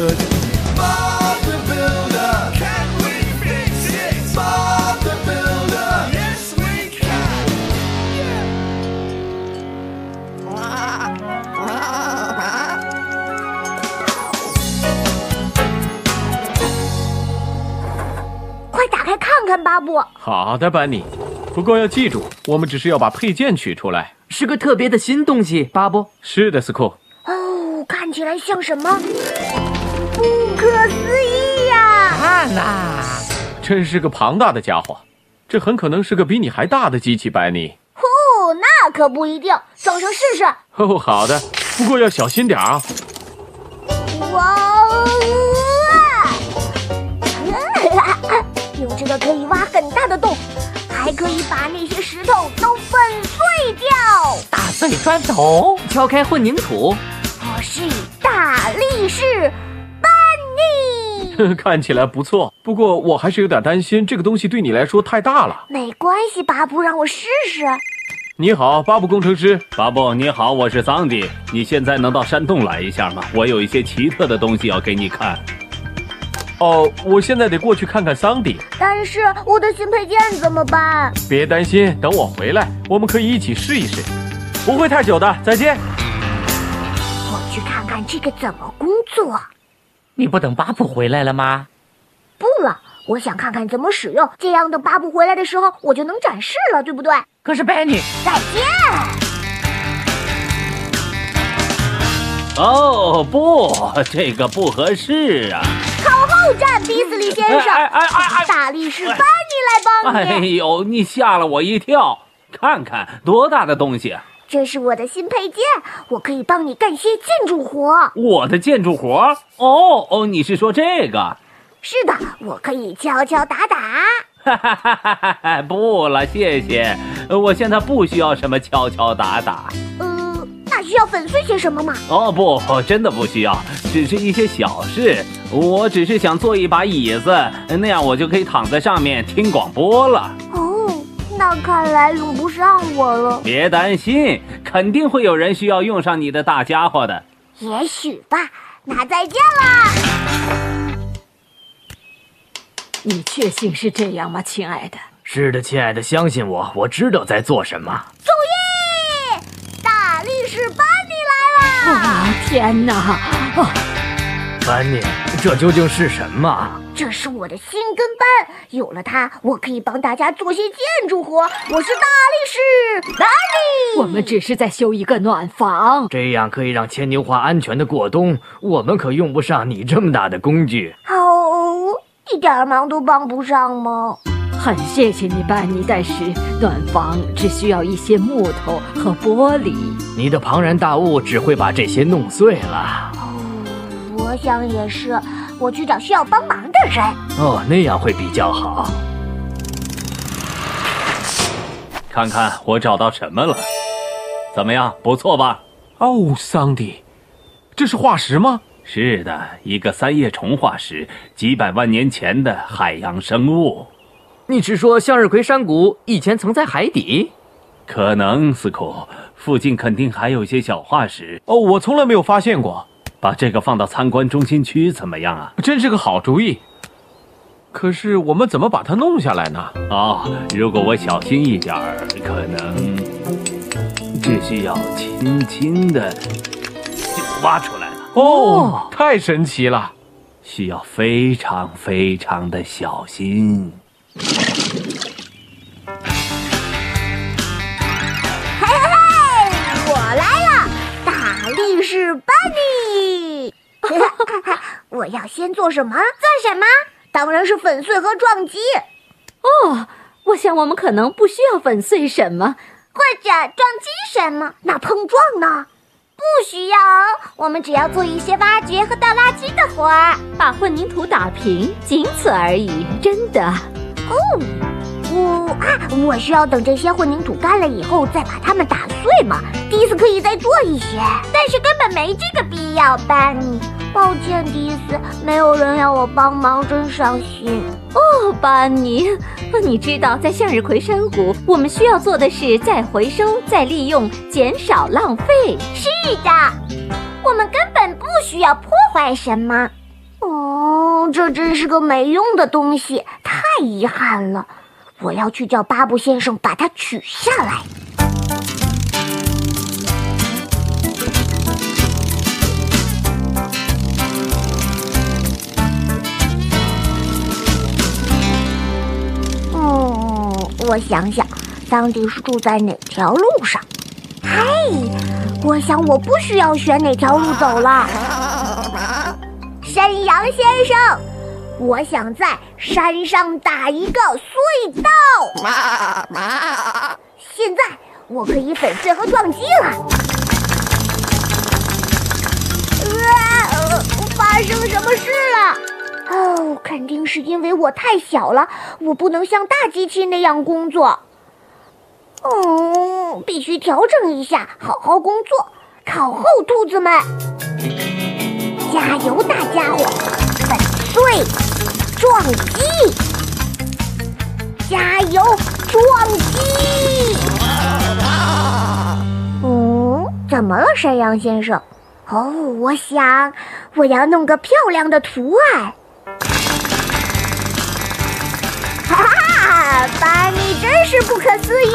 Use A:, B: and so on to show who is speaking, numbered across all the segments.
A: Bob the Builder. Can we fix it? Bob the Builder. Yes, we can.
B: 快打开看看，哦巴布！
C: 好的，班尼。不过要记住，我们只是要把配件取出来。
D: 是个特别的新东西，巴布。
C: 是的，斯库。
B: 哦，看起来像什么？不可思议呀、
D: 看啦，
C: 真是个庞大的家伙。这很可能是个比你还大的机器，班尼。
B: 哦，那可不一定，装上试试。
C: 哦，好的。不过要小心点儿啊。
B: 哇哦！哇用这个可以挖很大的洞，还可以把那些石头都粉碎掉。
D: 打碎砖头，敲开混凝土，
B: 我是大力士班尼。
C: 看起来不错，不过我还是有点担心，这个东西对你来说太大了。
B: 没关系，巴布，让我试试。
C: 你好，巴布工程师。
E: 巴布，你好，我是桑迪。你现在能到山洞来一下吗？我有一些奇特的东西要给你看。
C: 哦，我现在得过去看看桑迪。
B: 但是我的新配件怎么办？
C: 别担心，等我回来，我们可以一起试一试，不会太久的。再见。
B: 我去看看这个怎么工作。
D: 你不等巴布回来了吗？
B: 不了，我想看看怎么使用，这样等巴布回来的时候，我就能展示了，对不对？
D: 可是 Benny，
B: 再见。
E: 哦，不，这个不合适啊！
B: 靠后站，比斯利先生。
E: 哎哎哎哎
B: 大力士班尼来
E: 哎
B: 帮你。
E: 呦，你吓了我一跳！看看多大的东西！啊
B: 这是我的新配件，我可以帮你干些建筑活。
E: 我的建筑活儿哦哦，你是说这个？
B: 是的，我可以敲敲打打。
E: 哈哈哈哈哈！不了，谢谢。呃我现在不需要什么敲敲打打。
B: 呃，那需要粉碎些什么吗？
E: 哦不，真的不需要，只是一些小事。我只是想做一把椅子，那样我就可以躺在上面听广播了。
B: 哦，那看来用不上我了。
E: 别担心，肯定会有人需要用上你的大家伙的。
B: 也许吧。那再见啦。
F: 你确信是这样吗，亲爱的？
G: 是的，亲爱的，相信我，我知道在做什么。
B: 大力士班尼来啦！
F: 啊，天哪！哦，
G: 班尼，这究竟是什么？
B: 这是我的新跟班，有了它，我可以帮大家做些建筑活。我是大力士班尼。
F: 我们只是在修一个暖房。
G: 这样可以让牵牛花安全的过冬。我们可用不上你这么大的工具。
B: 哦，一点忙都帮不上吗？
F: 很谢谢你，班尼，但是暖房只需要一些木头和玻璃。
G: 你的庞然大物只会把这些弄碎了。
B: 哦我想也是，我去找需要帮忙的人。
G: 哦，那样会比较好。
E: 看看我找到什么了，怎么样？不错吧？
C: 哦，桑迪，这是化石吗？
E: 是的，一个三叶虫化石，几百万年前的海洋生物，
G: 你是说向日葵山谷以前曾在海底？
E: 可能斯库附近肯定还有一些小化石。
C: 哦，我从来没有发现过，
E: 把这个放到参观中心区怎么样啊？
C: 真是个好主意。可是我们怎么把它弄下来呢？
E: 哦，如果我小心一点儿，可能只需要轻轻的就挖出来了，
C: 哦，太神奇了！
E: 需要非常非常的小心。
B: 嘿嘿嘿，我来了，大力士班尼。 我要先做什么？做什么？当然是粉碎和撞击，
F: 哦，我想我们可能不需要粉碎什么。
B: 或者撞击什么？那碰撞呢？不需要哦，我们只要做一些挖掘和倒垃圾的活儿。
F: 把混凝土打平，仅此而已。真的，
B: 我啊，我需要等这些混凝土干了以后再把它们打碎嘛。迪斯可以再做一些，但是根本没这个必要，班尼。抱歉，迪斯，没有人要我帮忙，真伤心。
F: 哦，班尼，你知道在向日葵山谷，我们需要做的是再回收、再利用、减少浪费。
B: 是的，我们根本不需要破坏什么。哦，这真是个没用的东西，太遗憾了。我要去叫巴布先生把它取下来。嗯，我想想，桑迪是住在哪条路上？我想我不需要选哪条路走了。山羊先生，我想在山上打一个隧道。现在我可以粉碎和撞击了。啊！呃发生什么事啊了？哦，肯定是因为我太小了，我不能像大机器那样工作。嗯，必须调整一下，好好工作，烤后兔子们，加油，大家伙！粉碎，撞击，加油，撞击！嗯，怎么了，山羊先生？哦，我想我要弄个漂亮的图案。哈哈，班尼真是不可思议。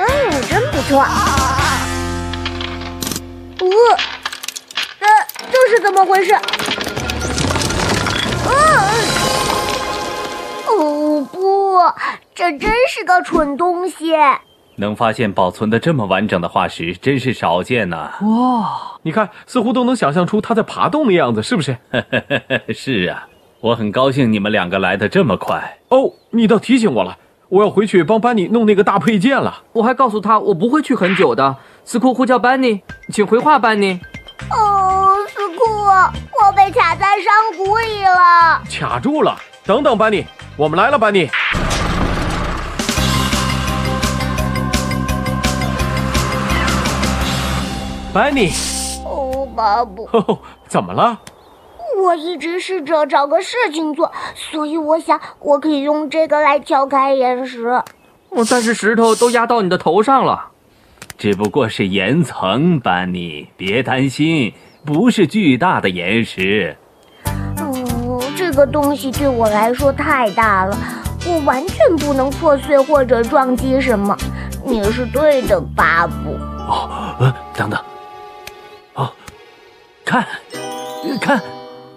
B: 嗯，真不错。呃，呃，这是怎么回事？呃，哦不，这真是个蠢东西。
E: 能发现保存的这么完整的化石，真是少见呐、
C: 你看，似乎都能想象出它在爬动的样子，是不是？
E: 是啊，我很高兴你们两个来得这么快。
C: 哦，你倒提醒我了，我要回去帮班尼弄那个大配件了。
D: 我还告诉他我不会去很久的。斯库呼叫班尼，请回话，班尼。
B: 哦，斯库，我被卡在山谷里了。
C: 卡住了，等等，班尼，我们来了，班尼。班尼，
B: 哦，巴布，
C: 呵呵，怎么了？
B: 我一直试着找个事情做，所以我想我可以用这个来敲开岩石。
D: 哦但是石头都压到你的头上了。
E: 只不过是岩层，班尼，别担心，不是巨大的岩石。
B: 嗯，这个东西对我来说太大了，我完全不能破碎或者撞击什么。你是对的，巴布。
E: 呃，等等，哦，看，呃看，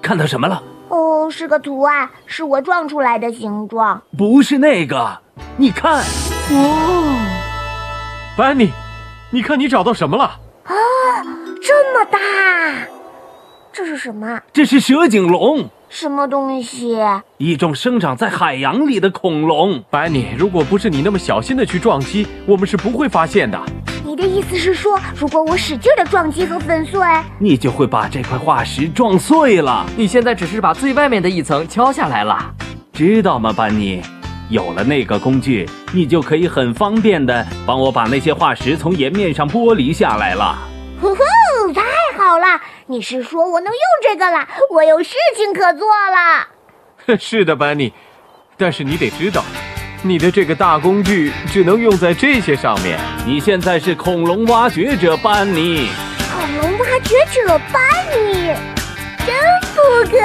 E: 看到什么了？
B: 哦，是个图案，是我撞出来的形状。
E: 不是那个，你看，哦
C: 班尼，你看你找到什么了？
B: 这么大，这是什么？
E: 这是蛇颈龙，
B: 什么东西？
E: 一种生长在海洋里的恐龙。
C: 班尼，如果不是你那么小心的去撞击，我们是不会发现的。
B: 你的意思是说，如果我使劲的撞击和粉碎？
E: 你就会把这块化石撞碎了，
D: 你现在只是把最外面的一层敲下来了。
E: 知道吗，班尼？有了那个工具，你就可以很方便的帮我把那些化石从岩面上剥离下来了。
B: 呼呼，太好了！你是说我能用这个了？我有事情可做了。
C: 是的，班尼，但是你得知道，你的这个大工具只能用在这些上面。
E: 你现在是恐龙挖掘者班尼，
B: 恐龙挖掘者班尼，真不可